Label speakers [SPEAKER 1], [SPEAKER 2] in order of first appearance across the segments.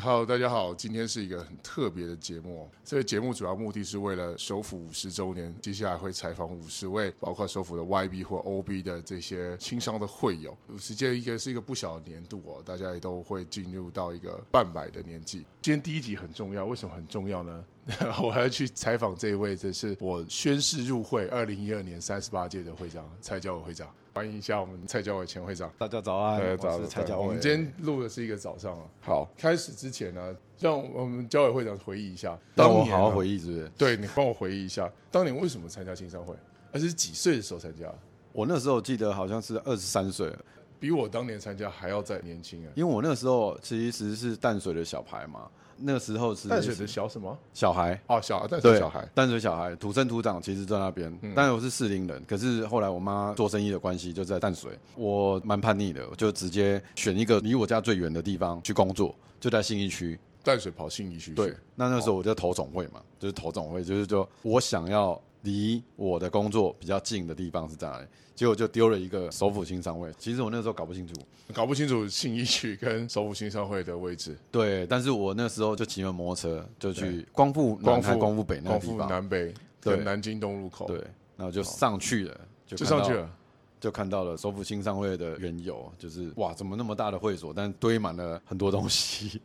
[SPEAKER 1] Hello，大家好，今天是一个很特别的节目哦。这个节目主要目的是为了首府五十周年，接下来会采访五十位包括首府的 YB 或 OB 的这些轻商的会友。五十届应该是一个不小的年度哦，大家也都会进入到一个半百的年纪。今天第一集很重要，为什么很重要呢？ 我还要去采访这一位，这是我宣誓入会二零一二年三十八届的会长蔡教委会长，欢迎一下我们蔡教委前会长。
[SPEAKER 2] 大家早安，
[SPEAKER 1] 对，早
[SPEAKER 2] 哎我是蔡
[SPEAKER 1] 对
[SPEAKER 2] 家伟。
[SPEAKER 1] 我们今天录的是一个早上啊。好，开始之前呢，让我们交委会长回忆一下，
[SPEAKER 2] 让
[SPEAKER 1] 当
[SPEAKER 2] 我
[SPEAKER 1] 年啊
[SPEAKER 2] 好好回，忆，是不是？
[SPEAKER 1] 对你帮我回忆一下，当年为什么参加青商会？而是几岁的时候参加？
[SPEAKER 2] 我那时候记得好像是二十三岁，
[SPEAKER 1] 比我当年参加还要再年轻啊！
[SPEAKER 2] 因为我那时候其实是淡水的小孩嘛，那时候是
[SPEAKER 1] 淡水的小什么？
[SPEAKER 2] 小孩，
[SPEAKER 1] 哦，小淡水
[SPEAKER 2] 对
[SPEAKER 1] 小孩，，嗯
[SPEAKER 2] 淡水小孩土生土长，其实在那边。但我是士林人，可是后来我妈做生意的关系，就在淡水。我蛮叛逆的，我就直接选一个离我家最远的地方去工作，就在信义区。
[SPEAKER 1] 淡水跑信义区去。
[SPEAKER 2] 对，那那时
[SPEAKER 1] 哦
[SPEAKER 2] 候我就投总会嘛，就是投总会，就是说我想要离我的工作比较近的地方是在哪里，结果就丢了一个首府新商会。其实我那时候搞不清楚，
[SPEAKER 1] 搞不清楚信义区跟首府青商会的位置，
[SPEAKER 2] 对，但是我那时候就骑着摩托车就去光复南
[SPEAKER 1] 光
[SPEAKER 2] 还
[SPEAKER 1] 复
[SPEAKER 2] 光复北那个
[SPEAKER 1] 光
[SPEAKER 2] 地
[SPEAKER 1] 复
[SPEAKER 2] 方，
[SPEAKER 1] 南北
[SPEAKER 2] 对
[SPEAKER 1] 跟南京东路口，
[SPEAKER 2] 对，，然后就上去了，就
[SPEAKER 1] 就
[SPEAKER 2] 看
[SPEAKER 1] 上
[SPEAKER 2] 到
[SPEAKER 1] 去了。
[SPEAKER 2] 就看到了首府新商会的缘由，就是哇，怎么那么大的会所，但堆满了很多东西。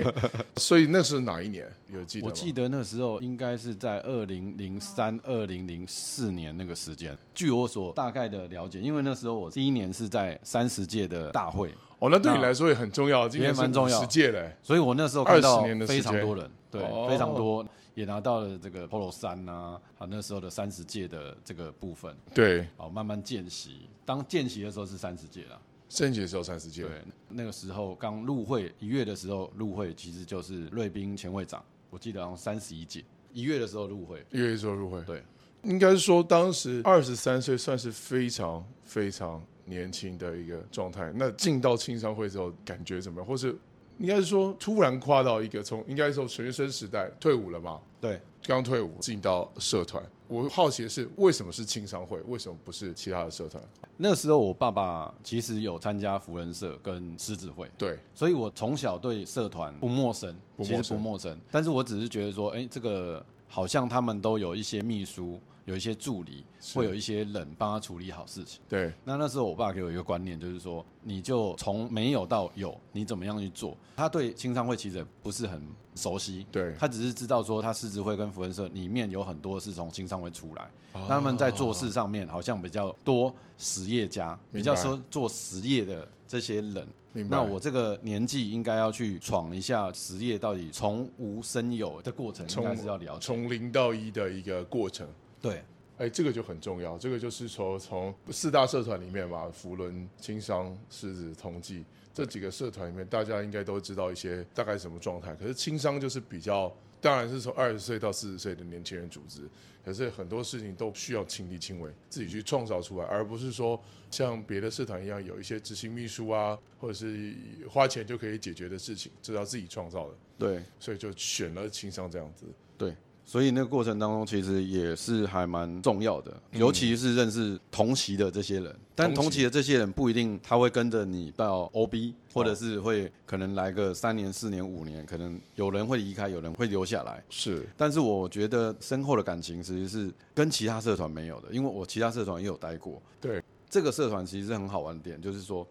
[SPEAKER 1] 所以那是哪一年？有记得
[SPEAKER 2] 我
[SPEAKER 1] 吗？
[SPEAKER 2] 记得那时候应该是在二零零三、二零零四年那个时间。据我所大概的了解，因为那时候我第一年是在三十届的大会，
[SPEAKER 1] 哦，那对你
[SPEAKER 2] 那
[SPEAKER 1] 来说也很重要，今年是
[SPEAKER 2] 蛮重要
[SPEAKER 1] 十届嘞。
[SPEAKER 2] 所以我那时候看到
[SPEAKER 1] 20年的时
[SPEAKER 2] 非
[SPEAKER 1] 间
[SPEAKER 2] 常多人，对，
[SPEAKER 1] 哦
[SPEAKER 2] 非常多，也拿到了这个 Polo 三啊，啊那时候的三十届的这个部分，
[SPEAKER 1] 对，
[SPEAKER 2] 好慢慢见习。当见习的时候是三十届啦，
[SPEAKER 1] 圣洁的时候三十届，
[SPEAKER 2] 对，那个时候刚入会一月的时候入会，其实就是瑞斌前会长，我记得好像三十一届一月的时候入会，
[SPEAKER 1] 月一时候入会。
[SPEAKER 2] 对。
[SPEAKER 1] 应该说当时二十三岁算是非常非常年轻的一个状态。那进到青商会之后，感觉怎么样？或是应该是说突然跨到一个从应该说学生时代退伍了嘛，
[SPEAKER 2] 对。
[SPEAKER 1] 刚退伍进到社团。我好奇的是，为什么是青商会？为什么不是其他的社团？
[SPEAKER 2] 那时候我爸爸其实有参加福人社跟狮子会，
[SPEAKER 1] 对，
[SPEAKER 2] 所以我从小对社团不陌生，
[SPEAKER 1] 不陌
[SPEAKER 2] 其
[SPEAKER 1] 生
[SPEAKER 2] 实不陌生。但是我只是觉得说，哎、这个好像他们都有一些秘书，有一些助理，
[SPEAKER 1] 是
[SPEAKER 2] 会有一些人帮他处理好事情。
[SPEAKER 1] 对，
[SPEAKER 2] 那那时候我爸给我一个观念，就是说，你就从没有到有，你怎么样去做？他对青商会其实也不是很熟悉，
[SPEAKER 1] 对
[SPEAKER 2] 他只是知道说，他狮子会跟福恩社里面有很多是从青商会出来，
[SPEAKER 1] 哦
[SPEAKER 2] 那他们在做事上面好像比较多实业家，
[SPEAKER 1] 明白
[SPEAKER 2] 比较说做实业的这些人。
[SPEAKER 1] 明白。
[SPEAKER 2] 那我这个年纪应该要去闯一下实业到底从无生有的过程，应该是要了解。
[SPEAKER 1] 从零到一的一个过程。
[SPEAKER 2] 对，
[SPEAKER 1] 哎，这个就很重要，这个就是说从四大社团里面嘛，福伦、青商、狮子、同济这几个社团里面，大家应该都知道一些大概什么状态。可是青商就是比较，当然是从二十岁到四十岁的年轻人组织，可是很多事情都需要亲力亲为，自己去创造出来，而不是说像别的社团一样有一些执行秘书啊，或者是花钱就可以解决的事情，这要自己创造的，
[SPEAKER 2] 对，
[SPEAKER 1] 所以就选了青商这样子。
[SPEAKER 2] 对，所以那个过程当中，其实也是还蛮重要的，尤其是认识同席的这些人。但
[SPEAKER 1] 嗯同
[SPEAKER 2] 同
[SPEAKER 1] 期
[SPEAKER 2] 期的这些人不一定他会跟着你到 OB，或
[SPEAKER 1] 哦
[SPEAKER 2] 者是会可能来个三年、四年、五年，可能有人会离开，有人会留下来。
[SPEAKER 1] 是
[SPEAKER 2] 但是我觉得深厚的感情其实是跟其他社团没有的，因为我其他社团也有待过。
[SPEAKER 1] 对，
[SPEAKER 2] 这个社团其实是很好玩的点，就是说，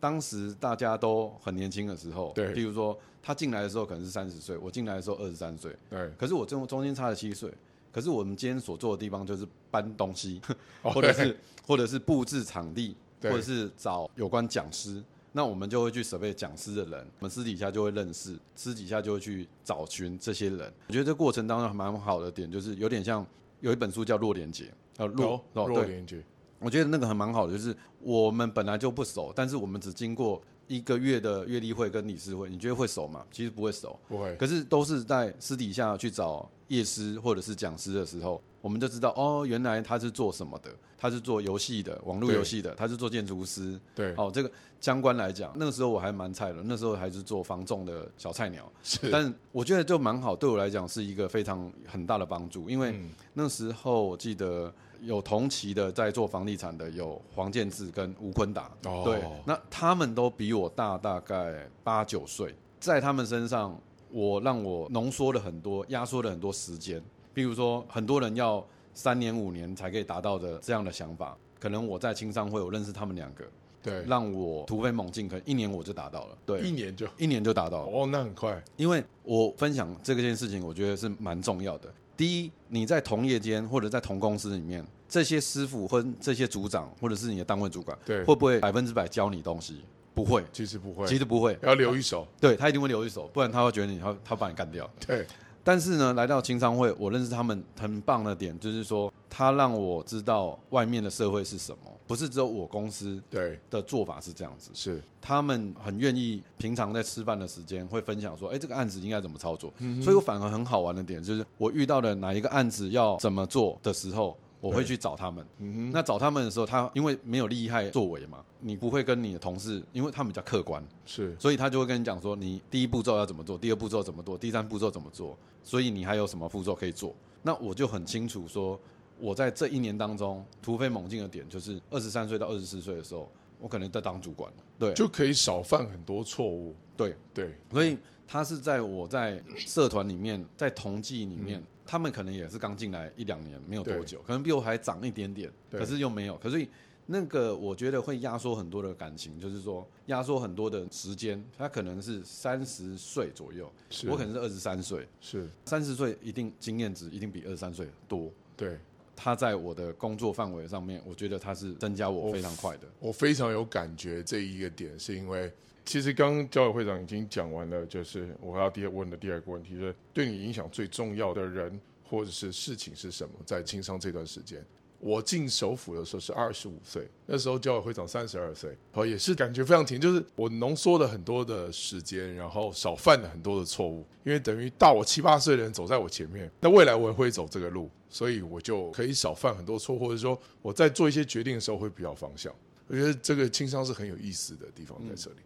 [SPEAKER 2] 当时大家都很年轻的时候，
[SPEAKER 1] 对
[SPEAKER 2] 譬如说他进来的时候可能是三十岁，我进来的时候二十三岁，
[SPEAKER 1] 对，
[SPEAKER 2] 可是我中中间差了七岁，可是我们今天所做的地方就是搬东西，
[SPEAKER 1] 哦
[SPEAKER 2] 或者是或者是布置场地，
[SPEAKER 1] 对
[SPEAKER 2] 或者是找有关讲师。那我们就会去准备讲师的人，我们私底下就会认识，私底下就会去找寻这些人。我觉得这过程当中还蛮好的点，就是有点像有一本书叫《弱连结》，呃，弱
[SPEAKER 1] 弱
[SPEAKER 2] 哦
[SPEAKER 1] 弱
[SPEAKER 2] 对，
[SPEAKER 1] 连接。
[SPEAKER 2] 我觉得那个还蛮好的，就是我们本来就不熟，但是我们只经过一个月的月例会跟理事会，你觉得会熟吗？其实不会熟，
[SPEAKER 1] 不会
[SPEAKER 2] 可是都是在私底下去找业师或者是讲师的时候，我们就知道哦，原来他是做什么的，他是做游戏的，网络
[SPEAKER 1] 对
[SPEAKER 2] 游戏的，他是做建筑师。
[SPEAKER 1] 对，
[SPEAKER 2] 哦，这个相关来讲，那个时候我还蛮菜的，那时候还是做防重的小菜鸟。
[SPEAKER 1] 是
[SPEAKER 2] 但我觉得就蛮好，对我来讲是一个非常很大的帮助，
[SPEAKER 1] 嗯
[SPEAKER 2] 因为那时候我记得有同期的在做房地产的有黄建志跟吴坤达，
[SPEAKER 1] 哦
[SPEAKER 2] 对，那他们都比我大大概八九岁，在他们身上，我让我浓缩了很多，压缩了很多时间。比如说，很多人要三年五年才可以达到的这样的想法，可能我在青商会，我认识他们两个，
[SPEAKER 1] 对，
[SPEAKER 2] 让我突飞猛进，可能一年我就达到了，
[SPEAKER 1] 一
[SPEAKER 2] 对，
[SPEAKER 1] 年就
[SPEAKER 2] 一年就达到了。
[SPEAKER 1] 哦，那很快，
[SPEAKER 2] 因为我分享这个件事情，我觉得是蛮重要的。第一，你在同业间或者在同公司里面，这些师傅或这些组长，或者是你的单位主管，
[SPEAKER 1] 对
[SPEAKER 2] 会不会百分之百教你东西？不会，
[SPEAKER 1] 其实不会，
[SPEAKER 2] 其实不会。
[SPEAKER 1] 要留一手，
[SPEAKER 2] 对他一定会留一手，不然他会觉得你他他把你干掉。
[SPEAKER 1] 对，
[SPEAKER 2] 但是呢，来到青商会，我认识他们很棒的点就是说，他让我知道外面的社会是什么，不是只有我公司
[SPEAKER 1] 对，
[SPEAKER 2] 的做法是这样子。
[SPEAKER 1] 是，
[SPEAKER 2] 他们很愿意平常在吃饭的时间会分享说，哎、这个案子应该怎么操作。所以我反而很好玩的点就是，我遇到的哪一个案子要怎么做的时候，我会去找他们。那找他们的时候，他因为没有利害作为嘛，你不会跟你的同事，因为他们比较客观，
[SPEAKER 1] 是，
[SPEAKER 2] 所以他就会跟你讲说，你第一步骤要怎么做，第二步骤怎么做，第三步骤怎么做，所以你还有什么步骤可以做？那我就很清楚说，我在这一年当中突飞猛进的点就是二十三岁到二十四岁的时候，我可能在当主管了，对，
[SPEAKER 1] 就可以少犯很多错误，
[SPEAKER 2] 对，
[SPEAKER 1] 对，
[SPEAKER 2] 所以他是在我在社团里面，在同济里
[SPEAKER 1] 嗯
[SPEAKER 2] 面，他们可能也是刚进来一两年，没有多久，可能比我还长一点点，
[SPEAKER 1] 对
[SPEAKER 2] 可是又没有，可是那个我觉得会压缩很多的感情，就是说压缩很多的时间，他可能是三十岁左右，
[SPEAKER 1] 是
[SPEAKER 2] 我可能是二十三岁，
[SPEAKER 1] 是，
[SPEAKER 2] 三十岁一定经验值一定比二十三岁多。
[SPEAKER 1] 对
[SPEAKER 2] 他在我的工作范围上面，我觉得他是增加
[SPEAKER 1] 哦
[SPEAKER 2] 我非常快的。
[SPEAKER 1] 我非常有感觉这一个点，是因为其实刚刚教委会长已经讲完了，就是我要第二问的第二个问题，就是对你影响最重要的人或者是事情是什么？在青商这段时间。我进首府的时候是二十五岁，那时候教委会长三十二岁，哦，也是感觉非常甜，就是我浓缩了很多的时间，然后少犯了很多的错误，因为等于大我七八岁的人走在我前面，那未来我也会走这个路，所以我就可以少犯很多错，或者说我在做一些决定的时候会比较方向。我觉得这个轻商是很有意思的地方在这里。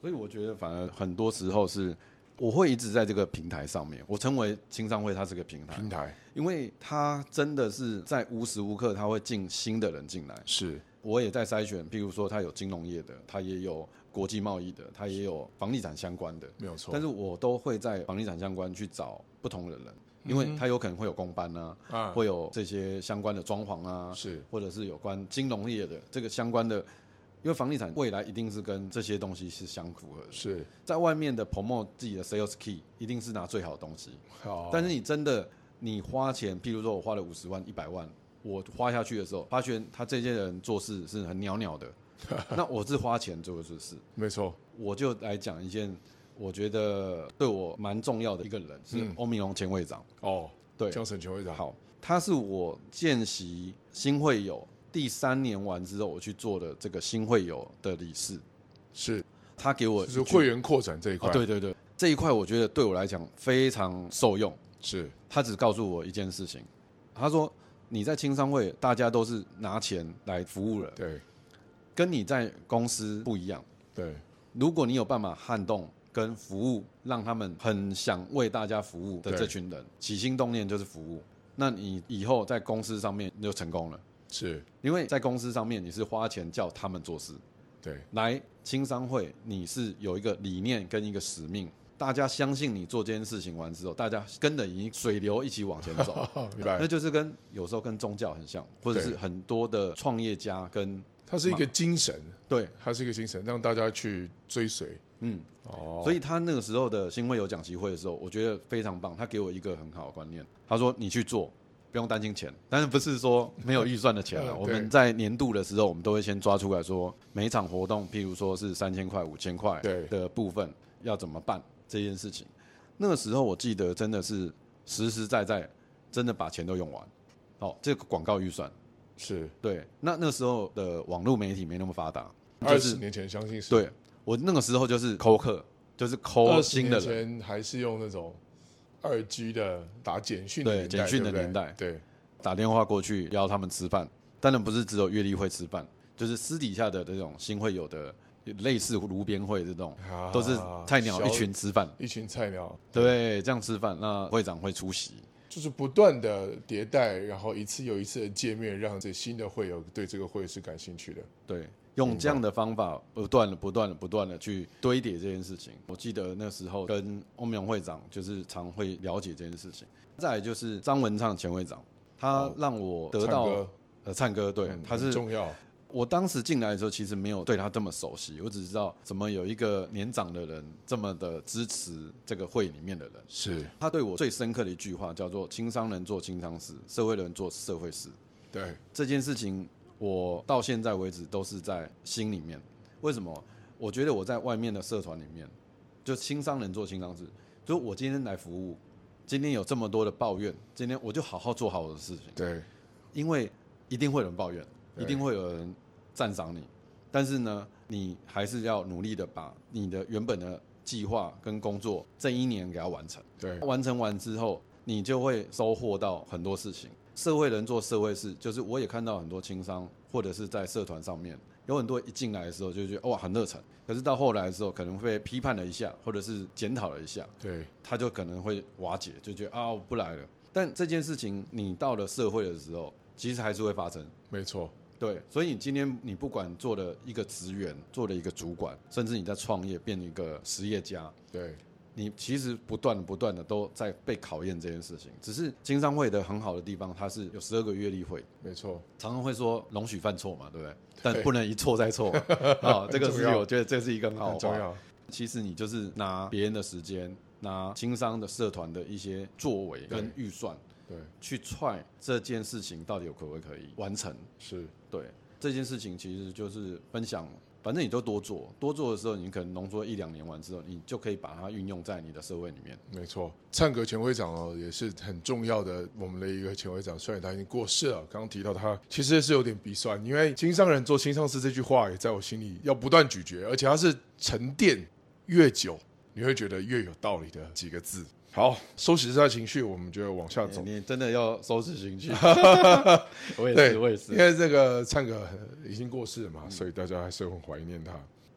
[SPEAKER 2] 所以我觉得，反而很多时候是，我会一直在这个平台上面，我称为青商会，它是个嗯平台，
[SPEAKER 1] 平台
[SPEAKER 2] 因为它真的是在无时无刻它会进新的人进来。
[SPEAKER 1] 是
[SPEAKER 2] 我也在筛选，譬如说它有金融业的，它也有国际贸易的，它也有房地产相关的，
[SPEAKER 1] 没有错，
[SPEAKER 2] 但是我都会在房地产相关去找不同的人，因为它有可能会有公班啊，
[SPEAKER 1] 嗯啊
[SPEAKER 2] 会有这些相关的装潢啊，
[SPEAKER 1] 是
[SPEAKER 2] 或者是有关金融业的这个相关的，因为房地产未来一定是跟这些东西是相符合的。
[SPEAKER 1] 是
[SPEAKER 2] 在外面的 promote 自己的 sales key 一定是拿最好的东西，
[SPEAKER 1] 好，
[SPEAKER 2] 但是你真的你花钱，譬如说我花了五十万、一百万，我花下去的时候，发现他这些人做事是很袅袅的，那我是花钱做的事，
[SPEAKER 1] 没错，
[SPEAKER 2] 我就来讲一件我觉得对我蛮重要的一个人，是欧明龙前会长。
[SPEAKER 1] 哦，
[SPEAKER 2] 对，
[SPEAKER 1] 江省全会长，
[SPEAKER 2] 好，他是我见习新会友第三年完之后，我去做的这个新会友的理事，
[SPEAKER 1] 是
[SPEAKER 2] 他给我
[SPEAKER 1] 就是
[SPEAKER 2] 一句
[SPEAKER 1] 会员扩展这一块，
[SPEAKER 2] 啊，对对对，这一块我觉得对我来讲非常受用。
[SPEAKER 1] 是
[SPEAKER 2] 他只告诉我一件事情，他说你在青商会，大家都是拿钱来服务人，
[SPEAKER 1] 对
[SPEAKER 2] 跟你在公司不一样。
[SPEAKER 1] 对
[SPEAKER 2] 如果你有办法撼动跟服务，让他们很想为大家服务的
[SPEAKER 1] 对
[SPEAKER 2] 这群人，起心动念就是服务，那你以后在公司上面你就成功了。
[SPEAKER 1] 是，
[SPEAKER 2] 因为在公司上面，你是花钱叫他们做事，
[SPEAKER 1] 对
[SPEAKER 2] 来青商会，你是有一个理念跟一个使命，大家相信你做这件事情完之后，大家跟着你水流一起往前走，
[SPEAKER 1] 哦， 明
[SPEAKER 2] 那
[SPEAKER 1] 白，
[SPEAKER 2] 就是跟有时候跟宗教很像，或者
[SPEAKER 1] 对
[SPEAKER 2] 是很多的创业家跟
[SPEAKER 1] 它是一个精神，
[SPEAKER 2] 对，
[SPEAKER 1] 它是一个精神，让大家去追随。
[SPEAKER 2] 嗯，
[SPEAKER 1] 哦，
[SPEAKER 2] 所以他那个时候的新会有讲习会的时候，我觉得非常棒，他给我一个很好的观念，他说你去做。不用担心钱，但是不是说没有预算的钱啊？
[SPEAKER 1] 嗯
[SPEAKER 2] 我
[SPEAKER 1] 对
[SPEAKER 2] 们在年度的时候，我们都会先抓出来说，每一场活动，譬如说是三千块、五千块
[SPEAKER 1] 对
[SPEAKER 2] 的部分要怎么办这件事情。那个时候我记得真的是实实在在，真的把钱都用完。哦，这个广告预算，
[SPEAKER 1] 是
[SPEAKER 2] 对，那那时候的网络媒体没那么发达，
[SPEAKER 1] 二
[SPEAKER 2] 就
[SPEAKER 1] 十
[SPEAKER 2] 是
[SPEAKER 1] 年前，相信是，
[SPEAKER 2] 对我那个时候就是抠客，就是抠
[SPEAKER 1] 二十
[SPEAKER 2] 新的
[SPEAKER 1] 年
[SPEAKER 2] 人，
[SPEAKER 1] 前还是用那种二 G 的打简讯的
[SPEAKER 2] 对
[SPEAKER 1] 年代，
[SPEAKER 2] 简讯
[SPEAKER 1] 对
[SPEAKER 2] 的
[SPEAKER 1] 不对
[SPEAKER 2] 年代
[SPEAKER 1] 对，
[SPEAKER 2] 打电话过去邀他们吃饭。当然不是只有阅历会吃饭，就是私底下的这种新会有的类似炉边会这种，
[SPEAKER 1] 啊
[SPEAKER 2] 都是菜鸟
[SPEAKER 1] 小
[SPEAKER 2] 一群吃饭，
[SPEAKER 1] 一群菜鸟，
[SPEAKER 2] 对，这样吃饭，那会长会出席。
[SPEAKER 1] 就是不断的迭代，然后一次又一次的界面，让这新的会友对这个会是感兴趣的。
[SPEAKER 2] 对，用这样的方法不断的、不断的、不断的去堆叠这件事情。我记得那时候跟欧明会长就是常会了解这件事情。再来就是张文畅前会长，他让我得
[SPEAKER 1] 哦唱
[SPEAKER 2] 到、
[SPEAKER 1] 歌嗯
[SPEAKER 2] 呃灿哥，对，他
[SPEAKER 1] 很
[SPEAKER 2] 是
[SPEAKER 1] 重要，
[SPEAKER 2] 我当时进来的时候，其实没有对他这么熟悉，我只知道怎么有一个年长的人这么的支持这个会里面的人。
[SPEAKER 1] 是
[SPEAKER 2] 他对我最深刻的一句话叫做“轻商人做轻商事，社会人做社会事
[SPEAKER 1] 对，”。
[SPEAKER 2] 这件事情，我到现在为止都是在心里面。为什么？我觉得我在外面的社团里面，就轻商人做轻商事，就是我今天来服务，今天有这么多的抱怨，今天我就好好做好我的事情。
[SPEAKER 1] 对，
[SPEAKER 2] 因为一定会有人抱怨，
[SPEAKER 1] 对
[SPEAKER 2] 一定会有人赞赏你，但是呢，你还是要努力的把你的原本的计划跟工作这一年给它完成。
[SPEAKER 1] 对，
[SPEAKER 2] 完成完之后，你就会收获到很多事情。社会人做社会事，就是我也看到很多轻商，或者是在社团上面有很多一进来的时候就觉得哇很热忱，可是到后来的时候可能被批判了一下，或者是检讨了一下，
[SPEAKER 1] 对，
[SPEAKER 2] 他就可能会瓦解，就觉得啊我不来了。但这件事情你到了社会的时候，其实还是会发生。
[SPEAKER 1] 没错，
[SPEAKER 2] 对，所以你今天你不管做了一个职员，做了一个主管，甚至你在创业变一个实业家，
[SPEAKER 1] 对，
[SPEAKER 2] 你其实不断不断的都在被考验这件事情。只是经商会的很好的地方，它是有十二个月例会，
[SPEAKER 1] 没错，
[SPEAKER 2] 常常会说容许犯错嘛，对不对？但不能一错再错啊，这个
[SPEAKER 1] 很
[SPEAKER 2] 是
[SPEAKER 1] 重要
[SPEAKER 2] 我觉得这是一个很好
[SPEAKER 1] 很
[SPEAKER 2] 的
[SPEAKER 1] 重
[SPEAKER 2] 话
[SPEAKER 1] 要，
[SPEAKER 2] 其实你就是拿别人的时间，拿经商的社团的一些作为跟预算，
[SPEAKER 1] 对，
[SPEAKER 2] 去踹这件事情到底有可不可以完成。
[SPEAKER 1] 是，
[SPEAKER 2] 对这件事情，其实就是分享，反正你就多做，多做的时候，你可能浓缩一两年完之后，你就可以把它运用在你的社会里面。
[SPEAKER 1] 没错，灿格前会长哦，也是很重要的我们的一个前会长，虽然他已经过世了，刚刚提到他其实是有点鼻酸，因为“经商人做经商事”这句话也在我心里要不断咀嚼，而且它是沉淀越久，你会觉得越有道理的几个字。好，收拾一下情绪，我们就往下走。
[SPEAKER 2] 你真的要收拾情绪， 我也
[SPEAKER 1] 对，
[SPEAKER 2] 是，我也
[SPEAKER 1] 因
[SPEAKER 2] 是。
[SPEAKER 1] 为这个灿哥已经过世了嘛，所以大家还是很怀念他。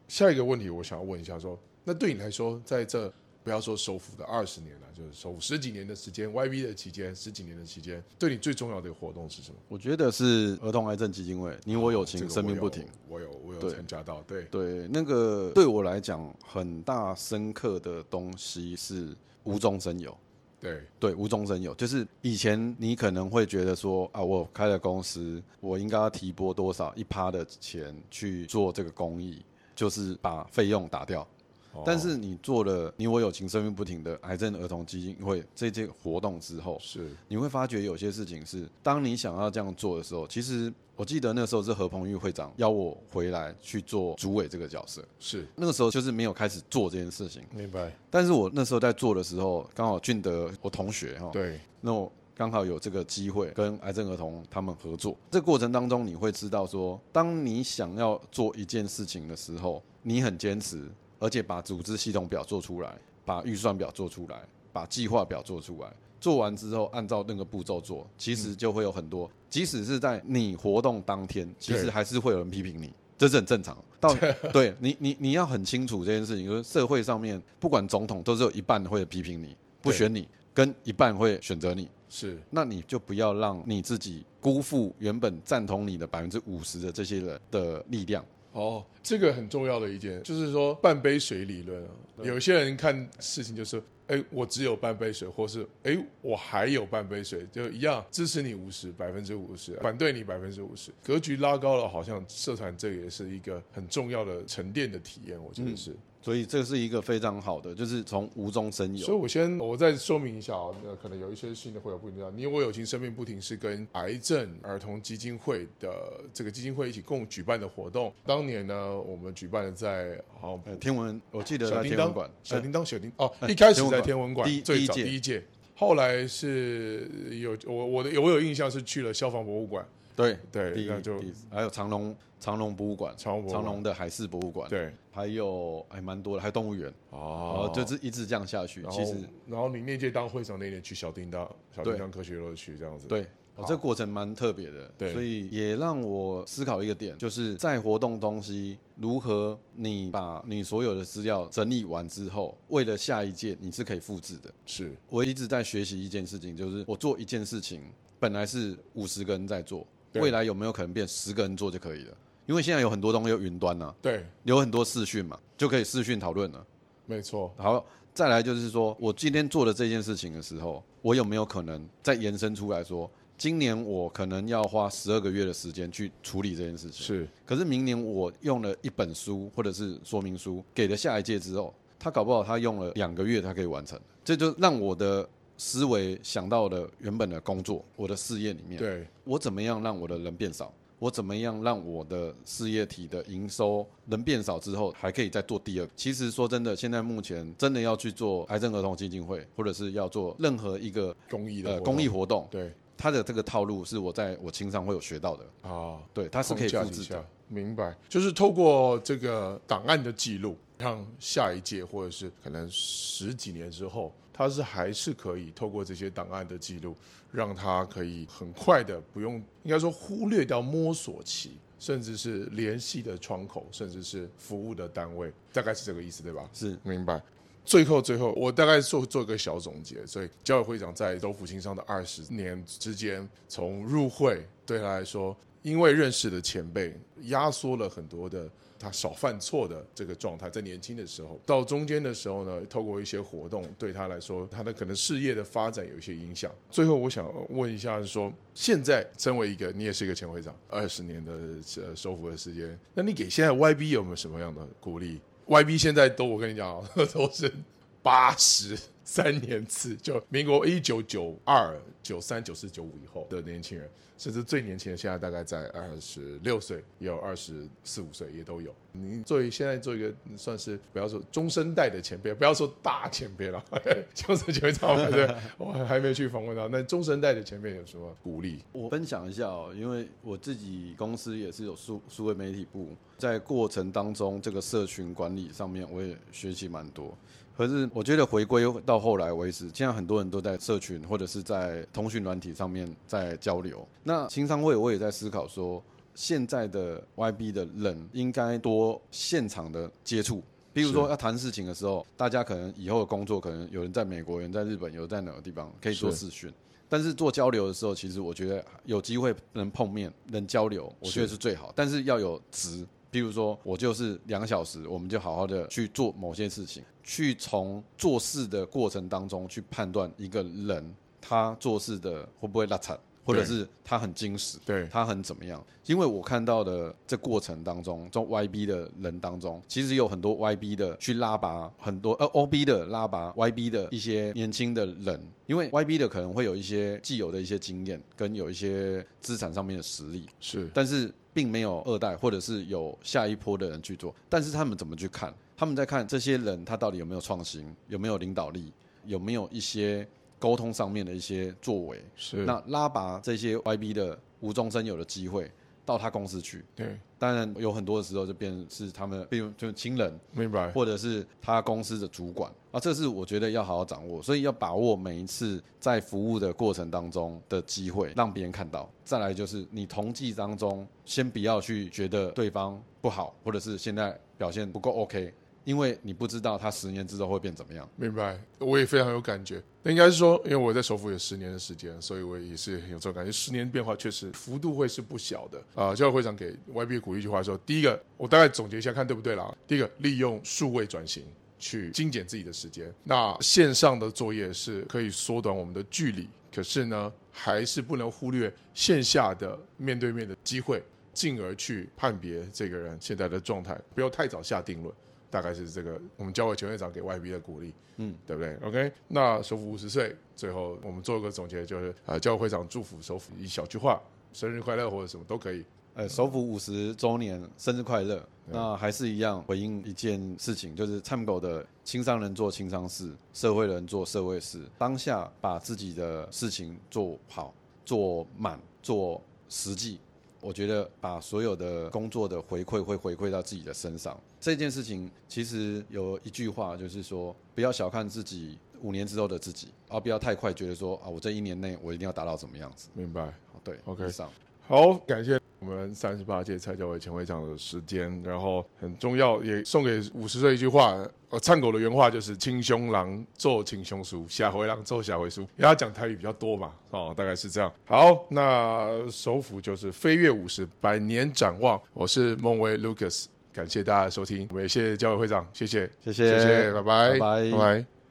[SPEAKER 1] 下一个问题，我想要问一下说那对你来说，在这不要说首府的二十年了，就是首府十几年的时间，YV 的期间，十几年的期间，对你最重要的一个活动是什么？
[SPEAKER 2] 我觉得是儿童癌症基金会，你我有
[SPEAKER 1] 这
[SPEAKER 2] 情，
[SPEAKER 1] 个
[SPEAKER 2] 生命
[SPEAKER 1] 我
[SPEAKER 2] 不
[SPEAKER 1] 有
[SPEAKER 2] 停。，
[SPEAKER 1] 我有我有
[SPEAKER 2] 对
[SPEAKER 1] 参加到，对，
[SPEAKER 2] 对，那个对我来讲很大深刻的东西是无中生有。
[SPEAKER 1] 对，
[SPEAKER 2] 对，无中生有，就是以前你可能会觉得说啊，我开了公司，我应该要提拨多少一趴的钱去做这个公益，就是把费用打掉。
[SPEAKER 1] 哦
[SPEAKER 2] 但是你做了你我有情生命不停的癌症儿童基金会这些活动之后，
[SPEAKER 1] 是
[SPEAKER 2] 你会发觉有些事情是，当你想要这样做的时候，其实我记得那时候是何鹏玉会长邀我回来去做主委这个角色，
[SPEAKER 1] 是，
[SPEAKER 2] 那个时候就是没有开始做这件事情。
[SPEAKER 1] 明白，
[SPEAKER 2] 但是我那时候在做的时候，刚好俊德我同学哈，
[SPEAKER 1] 哦对，
[SPEAKER 2] 那我刚好有这个机会跟癌症儿童他们合作，这过程当中你会知道说，当你想要做一件事情的时候，你很坚持，而且把组织系统表做出来，把预算表做出来，把计划表做出来，做完之后按照那个步骤做，其
[SPEAKER 1] 嗯
[SPEAKER 2] 实就会有很多，即使是在你活动当天，其实
[SPEAKER 1] 对
[SPEAKER 2] 还是会有人批评你。这是很正常，到 对你你你要很清楚这件事情，就是社会上面不管总统都是有一半会批评你，不
[SPEAKER 1] 对
[SPEAKER 2] 选你，跟一半会选择你，
[SPEAKER 1] 是
[SPEAKER 2] 那你就不要让你自己辜负原本赞同你的百分之五十的这些人的力量。
[SPEAKER 1] 哦，这个很重要的一点就是说半杯水理论啊，有些人看事情就是，哎，我只有半杯水，或是哎，我还有半杯水，就一样支持你五十百分之五十，反对你百分之五十，格局拉高了，好像社团这个也是一个很重要的沉淀的体验，我觉得是。
[SPEAKER 2] 所以这是一个非常好的，就是从无中生
[SPEAKER 1] 所
[SPEAKER 2] 有。
[SPEAKER 1] 以我先我再说明一下啊、那可能有一些新的会友不知道，你我有情生命不停是跟癌症儿童基金会的这个基金会一起共举办的活动。当年呢，我们举办了在好像
[SPEAKER 2] 呃，天文，我记得
[SPEAKER 1] 小
[SPEAKER 2] 在
[SPEAKER 1] 叮
[SPEAKER 2] 天文
[SPEAKER 1] 当
[SPEAKER 2] 馆，
[SPEAKER 1] 小
[SPEAKER 2] 呃
[SPEAKER 1] 叮当，小叮哦，
[SPEAKER 2] 哎
[SPEAKER 1] 一开始
[SPEAKER 2] 天文
[SPEAKER 1] 在
[SPEAKER 2] 馆
[SPEAKER 1] 天文
[SPEAKER 2] 第一
[SPEAKER 1] 馆最早
[SPEAKER 2] 第一届
[SPEAKER 1] 第一届，后来是有我我的我有印象是去了消防博物馆，
[SPEAKER 2] 对
[SPEAKER 1] 对
[SPEAKER 2] 第一
[SPEAKER 1] 那就
[SPEAKER 2] 第一还有长隆长隆博物馆、
[SPEAKER 1] 长隆博物馆
[SPEAKER 2] 长隆的海事博物馆，
[SPEAKER 1] 对，
[SPEAKER 2] 还有还蛮多的，还有动物园，哦，就是一直这样下去。
[SPEAKER 1] 然
[SPEAKER 2] 其
[SPEAKER 1] 后
[SPEAKER 2] 实
[SPEAKER 1] 然后你那届当会长那年去小叮当，小叮
[SPEAKER 2] 对
[SPEAKER 1] 当科学乐趣这样子，
[SPEAKER 2] 对，哦、这过程蛮特别的，
[SPEAKER 1] 对
[SPEAKER 2] 所以也让我思考一个点，就是在活动东西如何你把你所有的资料整理完之后，为了下一届你是可以复制的。
[SPEAKER 1] 是
[SPEAKER 2] 我一直在学习一件事情，就是我做一件事情，本来是五十个人在做，
[SPEAKER 1] 对
[SPEAKER 2] 未来有没有可能变十个人做就可以了。因为现在有很多东西有云端呐、
[SPEAKER 1] 对，
[SPEAKER 2] 有很多视讯嘛，就可以视讯讨论啊了。
[SPEAKER 1] 没错，
[SPEAKER 2] 好，再来就是说我今天做的这件事情的时候，我有没有可能再延伸出来说，今年我可能要花十二个月的时间去处理这件事情，
[SPEAKER 1] 是
[SPEAKER 2] 可是明年我用了一本书或者是说明书给了下一届之后，他搞不好他用了两个月，他可以完成，这就让我的思维想到了原本的工作，我的事业里面，
[SPEAKER 1] 对，
[SPEAKER 2] 我怎么样让我的人变少？我怎么样让我的事业体的营收人变少之后，还可以再做第二个？其实说真的，现在目前真的要去做癌症儿童基金会，或者是要做任何一个
[SPEAKER 1] 公益的
[SPEAKER 2] 呃
[SPEAKER 1] 活动
[SPEAKER 2] 公益活动，
[SPEAKER 1] 对
[SPEAKER 2] 它的这个套路是我在我青商会有学到的，
[SPEAKER 1] 啊，
[SPEAKER 2] 对，它是可以
[SPEAKER 1] 框
[SPEAKER 2] 复
[SPEAKER 1] 架底
[SPEAKER 2] 制
[SPEAKER 1] 下
[SPEAKER 2] 的，
[SPEAKER 1] 明白，就是透过这个档案的记录，让下一届或者是可能十几年之后，他是还是可以透过这些档案的记录，让他可以很快的不用，应该说忽略掉摸索期，甚至是联系的窗口，甚至是服务的单位，大概是这个意思，对吧？
[SPEAKER 2] 是
[SPEAKER 1] 明白。最后，最后，我大概做做一个小总结。所以，教委会长在周福清商的二十年之间，从入会对他来说，因为认识的前辈，压缩了很多的他少犯错的这个状态。在年轻的时候，到中间的时候呢，透过一些活动，对他来说，他的可能事业的发展有一些影响。最后，我想问一下说现在身为一个，你也是一个前会长，二十年的呃收服的时间， 那你给现在 YB 有没有什么样的鼓励？YB 现在都我跟你讲啊，都是八十三年次，就民国一九九二、九三、九四、九五以后的年轻人，甚至最年轻的现在大概在二十六岁，也有二十四五岁，也都有。你作为现在做一个算是不要说中生代的前辈，不要说大前辈了， 中生前辈差不多，我还没去访问到。那中生代的前辈有什么鼓励？
[SPEAKER 2] 我分享一下哦，因为我自己公司也是有数数位媒体部，在过程当中这个社群管理上面我也学习蛮多。可是我觉得回归到后来为止，现在很多人都在社群或者是在通讯软体上面在交流。那青商会我也在思考说，现在的 YB 的人应该多现场的接触。比如说要谈事情的时候，大家可能以后的工作，可能有人在美国，有人在日本，有人在哪个地方可以做
[SPEAKER 1] 是
[SPEAKER 2] 视讯。但是做交流的时候，其实我觉得有机会能碰面、能交流，我觉得是最好。但是要有值，比如说我就是两个小时，我们就好好的去做某些事情，去从做事的过程当中去判断一个人他做事的会不会拉惨，或者
[SPEAKER 1] 对
[SPEAKER 2] 是他很精实。
[SPEAKER 1] 对，
[SPEAKER 2] 他很怎么样？因为我看到的这过程当中，这种 YB 的人当中，其实有很多 YB 的去拉拔，很多呃 OB 的拉拔 YB 的一些年轻的人，因为 YB 的可能会有一些既有的一些经验，跟有一些资产上面的实力，
[SPEAKER 1] 是
[SPEAKER 2] 但是并没有二代或者是有下一波的人去做。但是他们怎么去看？他们在看这些人他到底有没有创新，有没有领导力，有没有一些沟通上面的一些作为。
[SPEAKER 1] 是，
[SPEAKER 2] 那拉拔这些 YB 的无中生有的机会到他公司去。
[SPEAKER 1] 对，
[SPEAKER 2] 当然，有很多的时候就变成是他们，比如就是亲人，
[SPEAKER 1] 明白，
[SPEAKER 2] 或者是他公司的主管啊，这是我觉得要好好掌握，所以要把握每一次在服务的过程当中的机会，让别人看到。再来就是你同济当中，先不要去觉得对方不好，或者是现在表现不够 OK，因为你不知道他十年之后会变怎么样。
[SPEAKER 1] 明白，我也非常有感觉。那应该是说，因为我在首府有十年的时间，所以我也是有这种感觉。十年变化确实幅度会是不小的啊、教育会长给 YB 鼓励一句话说：第一个，我大概总结一下，看对不对啦。第一个，利用数位转型去精简自己的时间。那线上的作业是可以缩短我们的距离，可是呢，还是不能忽略线下的面对面的机会，进而去判别这个人现在的状态，不要太早下定论。大概是这个我们教委前会长给 YB 的鼓励，嗯，对不对？OK，那首府五十岁，最后我们做个总结，就是啊、呃，教委会长祝福首府一小句话，生日快乐或者什么都可以。
[SPEAKER 2] 呃，首府五十周年生日快乐！那还是一样回应一件事情，就是灿狗的轻商人做轻商事，社会人做社会事。当下把自己的事情做好、做满、做实际，我觉得把所有的工作的回馈会回馈到自己的身上。这件事情其实有一句话，就是说不要小看自己五年之后的自己，而不要太啊快觉得说啊，我这一年内我一定要达到怎么样子。
[SPEAKER 1] 明白。
[SPEAKER 2] 好对
[SPEAKER 1] OK
[SPEAKER 2] 以上
[SPEAKER 1] 好，感谢我们三十八届蔡教委前会长的呃时间，然后很重要，也送给五十岁一句话，呃，灿狗的原话就是“亲兄郎做亲兄叔，下回郎做下回叔”，因为他讲台语比较多嘛，哦，大概是这样。好，那首府就是飞跃五十，百年展望。我是孟威 Lucas，感谢大家的收听，我们也谢谢教委会长，谢谢，
[SPEAKER 2] 谢谢
[SPEAKER 1] 谢谢，拜拜，
[SPEAKER 2] 拜拜
[SPEAKER 1] 拜拜